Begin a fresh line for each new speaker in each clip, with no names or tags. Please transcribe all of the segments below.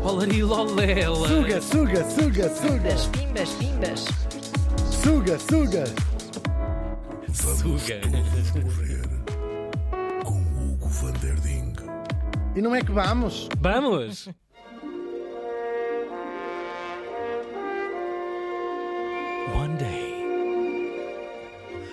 Olarilolela.
Suga, suga, suga, suga.
Pimbas, pimbas, pimbas.
Suga, suga.
Suga.
Todos correr com Hugo van der Ding.
E não é que vamos?
Vamos! One day.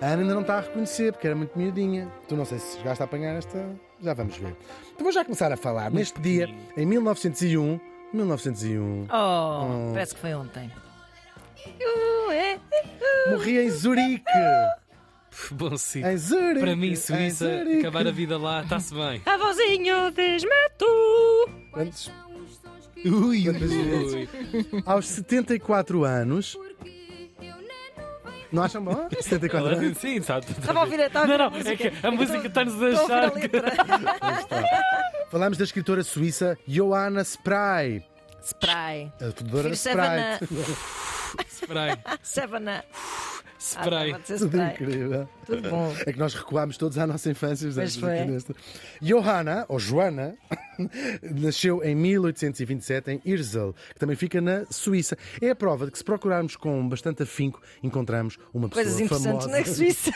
A Ana ainda não está a reconhecer, porque era muito miudinha. Tu não sei se chegaste a apanhar esta. Já vamos ver. Então vou já começar a falar. Neste dia, em 1901. 1901.
Hum.
Oh, parece que foi ontem. é
Morri em Zurique.
Bom sítio.
Em Zurique.
Para mim,
em
Suíça,
Zurique.
acabar a vida lá, está-se bem.
Avózinho, diz-me tu.
Antes,
Ui,
ui. aos 74 anos. Não acham bom? 74 anos.
Sim, sabe?
Estava a ouvir, estava a
Não,
ouvir
não,
a música. Então,
é que a música está-nos a
Estou a
achar.
ouvir a letra.
Falámos da escritora suíça Johanna Spray.
Spray.
A tutora
Prefiro Savannah.
Spray.
Spray,
Savana. ah,
spray.
Tudo incrível.
Tudo bom.
É que nós recuámos todos à nossa infância. os
Pois
anos
foi.
aqui neste. Johanna, ou Joana, nasceu em 1827 em Irzel, que também fica na Suíça. É a prova de que se procurarmos com bastante afinco, encontramos uma pessoa
Coisas interessantes
famosa.
na Suíça.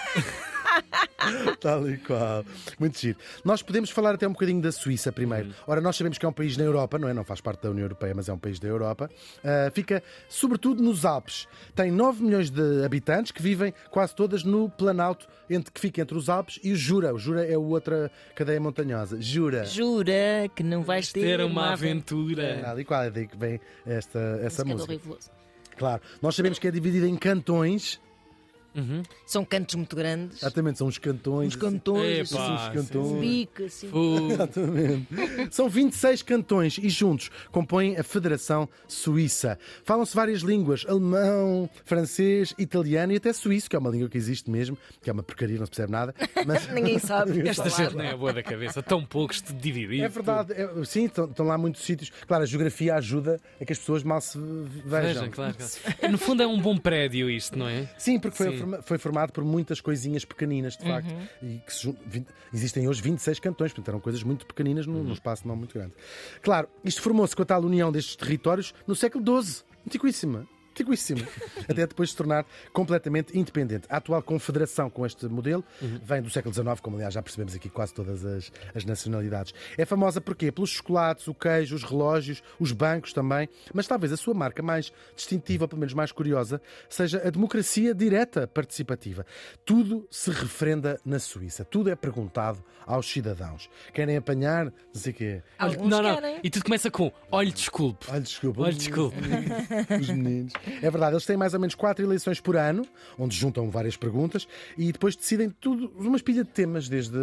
Tal e qual. Muito giro. Nós podemos falar até um bocadinho da Suíça primeiro. Ora, nós sabemos que é um país na Europa, não é? Não faz parte da União Europeia, mas é um país da Europa. Ah, fica sobretudo nos Alpes. Tem 9 milhões de habitantes que vivem quase todas no Planalto, entre, que fica entre os Alpes e o Jura. O Jura é outra cadeia montanhosa. Jura.
Jura que não vais
Ter uma aventura.
Tal e qual é daí que vem esta, essa
Música do
música.
Rui Veloso.
Claro. Nós sabemos que é dividida em cantões.
São cantos muito grandes.
Exatamente, são os cantões.
Os cantões.
Sim,
Epá.
os cantões.
Bica, assim.
Ui.
Exatamente. São 26 cantões e juntos compõem a Federação Suíça. Falam-se várias línguas: alemão, francês, italiano e até suíço, que é uma língua que existe mesmo, que é uma porcaria, não se percebe nada. Mas
Ninguém sabe.
Esta
falar.
gente não é boa da cabeça, tão poucos de dividir.
é verdade, é- sim, estão, estão lá muitos sítios. Claro, a geografia ajuda a que as pessoas mal se vejam.
Vejam, claro, claro. No fundo é um bom prédio isto, não é?
Sim, porque foi,
Sim.
forma- foi formado por muitas coisinhas pequeninas, de facto. E que se jun- vinte- existem hoje 26 cantões, portanto eram coisas muito pequeninas num, num espaço não muito grande. Claro, isto formou-se com a tal união destes territórios no século XII. Antiquíssima. Antiguíssima. Até depois se tornar completamente independente. A atual confederação com este modelo vem do século XIX, como aliás já percebemos aqui quase todas as, as nacionalidades. É famosa porquê? Pelos chocolates, o queijo, os relógios, os bancos também, mas talvez a sua marca mais distintiva, ou pelo menos mais curiosa, seja a democracia direta participativa. Tudo se referenda na Suíça, tudo é perguntado aos cidadãos. Querem apanhar? Não sei o quê.
Alguns
não, não.
querem.
E tudo começa com: olhe, desculpe.
Olha, desculpa.
Olhe, desculpe.
Os meninos. É verdade, eles têm mais ou menos quatro eleições por ano, onde juntam várias perguntas e depois decidem tudo, uma pilha de temas, desde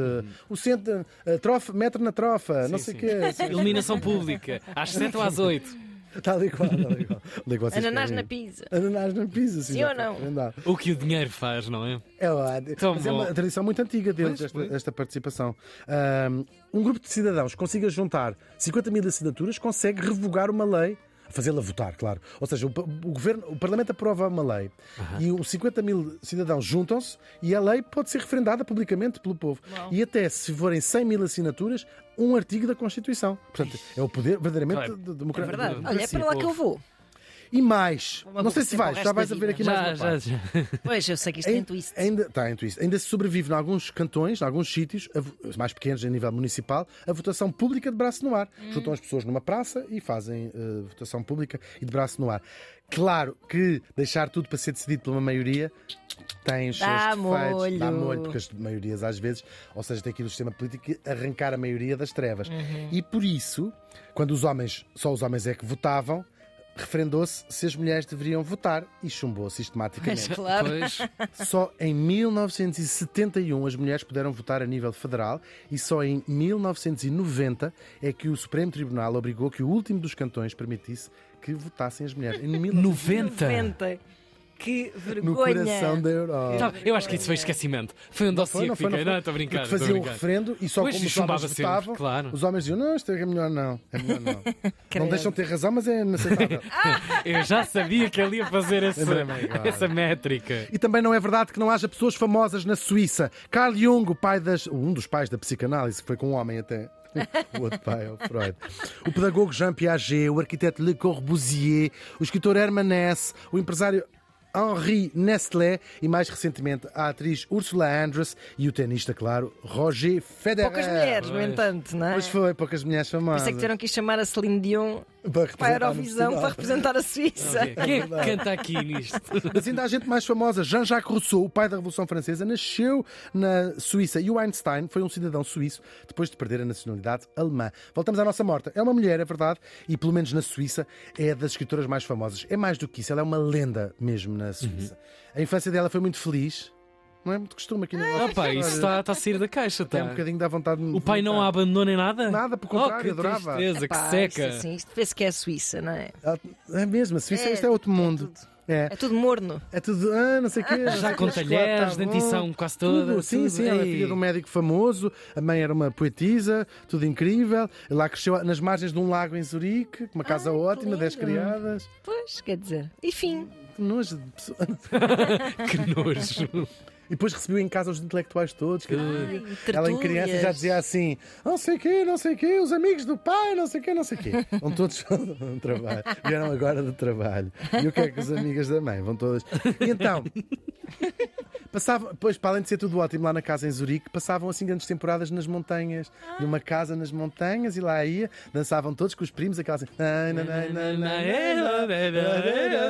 o centro, a trofa, metro na trofa, não sei o
sim.
quê. assim,
Iluminação pública, às 7 ou às 8.
Tal e qual, tal e qual. Onde é que vocês
Ananás
querem
na
ir?
pizza.
Ananás na pizza, sim. é
Sim
já
ou não?
foi andado.
O que o dinheiro faz, não é?
É lá.
Tão
Mas é uma
bom.
tradição muito antiga deles,
Pois,
esta,
pois.
esta participação. Ahm, Um, grupo de cidadãos que consiga juntar 50 mil assinaturas consegue revogar uma lei. Fazê-la votar, claro. Ou seja, o, pa- o governo, o Parlamento aprova uma lei e os 50 mil cidadãos juntam-se e a lei pode ser referendada publicamente pelo povo. E até se forem 100 mil assinaturas, um artigo da Constituição. Portanto, é o poder verdadeiramente
Claro.
de- de democra-
É verdade.
de
Olha, é
democracia.
para lá que eu vou.
E mais,
Uma
não sei se
aborrecer para o
vais, já vais
resto da
a ver
vida.
aqui mais
né? Já,
uma
já,
parte.
já.
Pois, eu sei que isto é tem twist.
Ainda, tá, em twist. ainda se sobrevive em alguns cantões, em alguns sítios, a vo- os mais pequenos a nível municipal, a votação pública de braço no ar.
Hum.
Juntam as pessoas numa praça e fazem eh, votação pública e de braço no ar. Claro que deixar tudo para ser decidido por uma maioria tem os seus
Dá
defeitos.
molho.
Dá molho, porque as maiorias às vezes, ou seja, tem aqui o sistema político que arrancar a maioria das trevas.
Uhum.
E por isso, quando os homens, só os homens é que votavam, referendou-se se as mulheres deveriam votar e chumbou sistematicamente.
Pois, claro.
Pois,
Só em 1971 as mulheres puderam votar a nível federal e só em 1990 é que o Supremo Tribunal obrigou que o último dos cantões permitisse que votassem as mulheres. Em
90.
1990,
Venta. Que vergonha.
no coração
Tá,
da Europa.
eu acho que isso foi esquecimento. Foi um dossiê que fiquei. Não, estou a brincar. estou
Porque
a
faziam o
brincar.
referendo e só
Pois,
como os
chumbava
homens
sempre,
votavam,
claro.
os homens diziam, não, isto é melhor não, é melhor não. não
Credo.
deixam ter razão, mas é inaceitável.
Eu já sabia que ele ia fazer esse-
Lembrei-me agora.
essa métrica.
E também não é verdade que não haja pessoas famosas na Suíça. Carl Jung, o pai das, um dos pais da psicanálise, foi com um homem até. o outro pai é o Freud. O pedagogo Jean Piaget, o arquiteto Le Corbusier, o escritor Herman Hesse, o empresário Henri Nestlé e, mais recentemente, a atriz Ursula Andress e o tenista, claro, Roger Federer.
Poucas mulheres, no entanto, não é?
Pois foi, poucas mulheres
Por
famosas.
isso é que tiveram que chamar a Celine Dion para a
representar no
Eurovisão para
festival.
representar a Suíça.
Quem é que canta aqui nisto?
Mas ainda há gente mais famosa. Jean-Jacques Rousseau, o pai da Revolução Francesa, nasceu na Suíça. E o Einstein foi um cidadão suíço depois de perder a nacionalidade alemã. Voltamos à nossa morta. É uma mulher, é verdade, e pelo menos na Suíça é das escritoras mais famosas. É mais do que isso, ela é uma lenda mesmo na Suíça.
Uhum.
A infância dela foi muito feliz. Não é muito costume aqui na nossa
Opa,
história.
Ah, isso está está a sair da caixa,
Tem um
tá?
bocadinho da vontade de me
O pai não a
vomitar.
abandona em nada?
Nada, pelo
Oh,
contrário,
que
adorava.
tristeza, que
Pá,
seca.
Isto, assim, isto vê-se que é a Suíça, não é?
É mesmo, a Suíça,
É,
este é outro mundo.
tudo.
É.
É tudo morno.
É tudo, ah, não sei o quê.
Já com talheres, dentição quase toda.
Tudo, sim,
tudo.
sim, ela é
Ei.
filha de um médico famoso, a mãe era uma poetisa, tudo incrível. Lá cresceu nas margens de um lago em Zurique, com uma casa
Ai, que
ótima, 10
lindo.
criadas.
Pois, quer dizer. Enfim,
Que nojo de pessoa.
Que nojo.
E depois recebeu em casa os intelectuais todos. que-
ai,
Ela em
tertúlias.
criança já dizia assim: não sei o quê, não sei o quê, os amigos do pai, não sei o quê, não sei o quê. Vão todos do trabalho. Vieram agora do trabalho. E o que é que as amigas da mãe vão todas. E então. Passavam, pois, para além de ser tudo ótimo lá na casa em Zurique, passavam assim grandes temporadas nas montanhas. Numa casa nas montanhas e lá ia, dançavam todos com os primos, aquela assim. "Ai, na, na, na, na,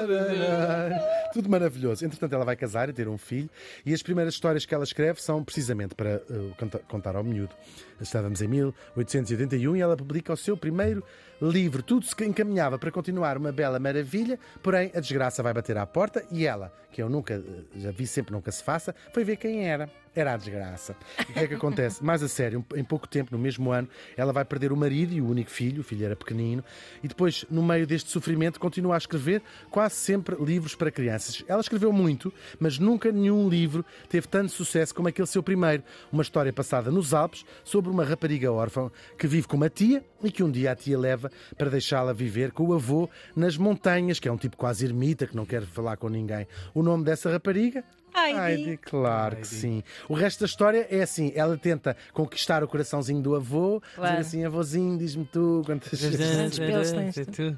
na, na, tudo maravilhoso. Entretanto, ela vai casar e ter um filho, e as primeiras histórias que ela escreve são precisamente para eh, o canta- contar ao miúdo. Estávamos em 1881 e ela publica o seu primeiro livro. Tudo se encaminhava para continuar uma bela maravilha, porém a desgraça vai bater à porta e ela, que eu nunca, eh, já vi sempre nunca se faça, foi ver quem era. Era a desgraça. E o que é que acontece? Mais a sério, em pouco tempo, no mesmo ano, ela vai perder o marido e o único filho, o filho era pequenino, e depois, no meio deste sofrimento, continua a escrever quase sempre livros para crianças. Ela escreveu muito, mas nunca nenhum livro teve tanto sucesso como aquele seu primeiro, uma história passada nos Alpes sobre uma rapariga órfã que vive com uma tia e que um dia a tia leva para deixá-la viver com o avô nas montanhas, que é um tipo quase ermita, que não quer falar com ninguém. O nome dessa rapariga
Heidi.
Heidi, claro que sim. O resto da história é assim: ela tenta conquistar o coraçãozinho do avô,
Claro.
dizer assim: avôzinho, diz-me tu quantas vezes.
pelos tens tu?
Tu.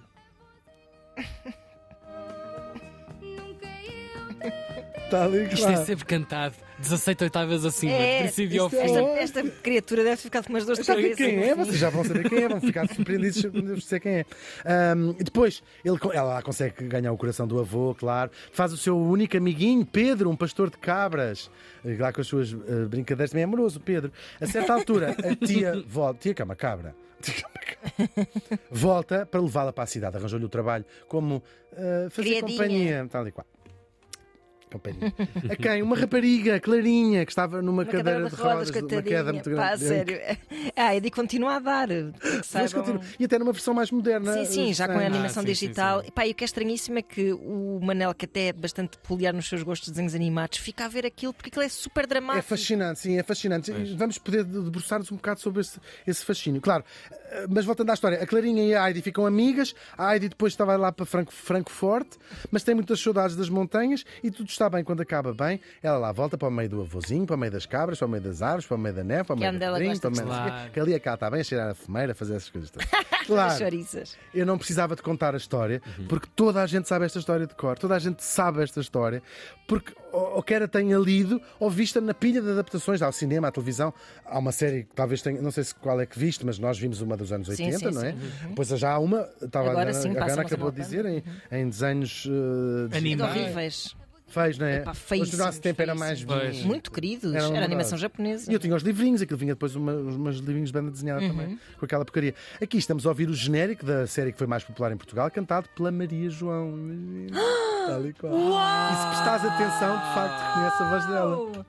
Está ali,
Isto é
claro.
sempre cantado 17 oitavas acima,
É,
de princípio ao
isto é
fim.
Esta, esta criatura deve ter ficado com umas dores de
Sabem
cabeça.
quem é? Vocês já vão saber quem é, vão ficar surpreendidos quando eu disser quem é. Ahm, e depois, ele, co- ela consegue ganhar o coração do avô, claro. Faz o seu único amiguinho, Pedro, um pastor de cabras. Eh, Lá com as suas eh, brincadeiras, também é amoroso, Pedro. A certa altura, a tia volta. Tia que é uma cabra. Tia que é uma cabra. Volta para levá-la para a cidade. Arranjou-lhe o trabalho como eh, fazer
Criadinha.
companhia. Tal e qual. Companhia. A quem? Uma rapariga, Clarinha, que estava numa
Uma cadeira, de rodas,
uma queda muito
coitadinha.
grande.
Pá, a sério. Ah, A Heidi continua a dar. que
Mas
saibam.
continua. E até numa versão mais moderna.
Tá Sim, sim, já com a
Ah,
sim,
animação
sim,
digital.
sim.
E, pá, e o que é estranhíssimo é que o Manel, que até é bastante peculiar nos seus gostos de desenhos animados, fica a ver aquilo porque aquilo é super
É
dramático.
fascinante, sim, é fascinante. E Vamos poder debruçar-nos um bocado sobre esse, esse fascínio. Claro, eh, mas voltando à história, a Clarinha e a Heidi ficam amigas. A Heidi depois estava lá para Franco, Francoforte, mas tem muitas saudades das montanhas e tudo está bem quando acaba bem. Ela lá volta para o meio do avôzinho, para o meio das cabras, para o meio das árvores, para o meio da neve, para o meio
é onde
da
ela
pedrinha,
gosta
para o
de
meio não sei o quê.
estar.
Que ali é que ela está bem a cheirar a fumeira, a fazer essas coisas todas.
As
Claro.
chorizas.
Eu não precisava de contar a história, porque toda a gente sabe esta história de cor, toda a gente sabe esta história, porque ou ou quer a tenha lido ou vista na pilha de adaptações ao cinema, à televisão. Há uma série que talvez tenha, não sei se qual é que viste, mas nós vimos uma dos anos
Sim,
80,
sim,
não é?
sim. Uhum.
Pois já há uma, estava
Agora
a,
sim,
Gana- a Gana
passa uma Uhum.
acabou de dizer,
semana.
em, em desenhos eh,
Animais.
digitais.
Horríveis.
Feios, não é?
Epá,
Mas o nosso
feíssimos,
tempo era mais
feíssimos.
bonito.
Pois.
Muito queridos.
Era
Era,
verdade.
animação japonesa.
E eu tinha os livrinhos, aquilo vinha depois uma, uns umas livrinhos de banda desenhada também, com aquela porcaria. Aqui estamos a ouvir o genérico da série que foi mais popular em Portugal, cantado pela Maria João. Imagina. Tal e qual. E se prestares atenção, de facto, reconhece a voz dela.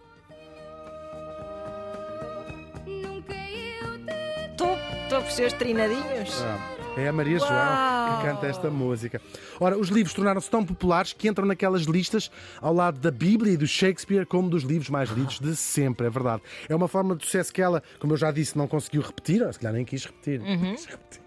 Estou a perceber os trinadinhos.
É a Maria João.
Uau!
que canta esta música. Ora, os livros tornaram-se tão populares que entram naquelas listas ao lado da Bíblia e do Shakespeare como dos livros mais lidos de sempre, é verdade. É uma forma de sucesso que ela, como eu já disse, não conseguiu repetir, ou se calhar nem quis repetir. Quis repetir.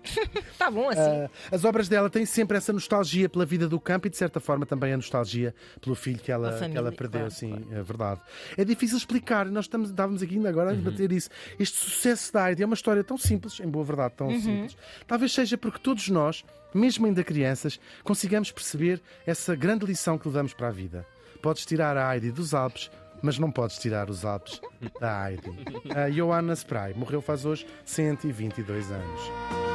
Está bom assim.
Ah, As obras dela têm sempre essa nostalgia pela vida do campo e, de certa forma, também a nostalgia pelo filho que ela,
Pela família,
que ela perdeu.
claro,
sim, é verdade. É difícil explicar, nós estamos, estávamos aqui ainda
Uhum.
agora a debater isso. Este sucesso da Heidi é uma história tão simples, em boa verdade, tão
Uhum.
simples. Talvez seja porque todos nós, mesmo ainda crianças, consigamos perceber essa grande lição que levamos para a vida. Podes tirar a Heidi dos Alpes. Mas não podes tirar os Alpes da Heidi. A Johanna Spry morreu faz hoje 122 anos.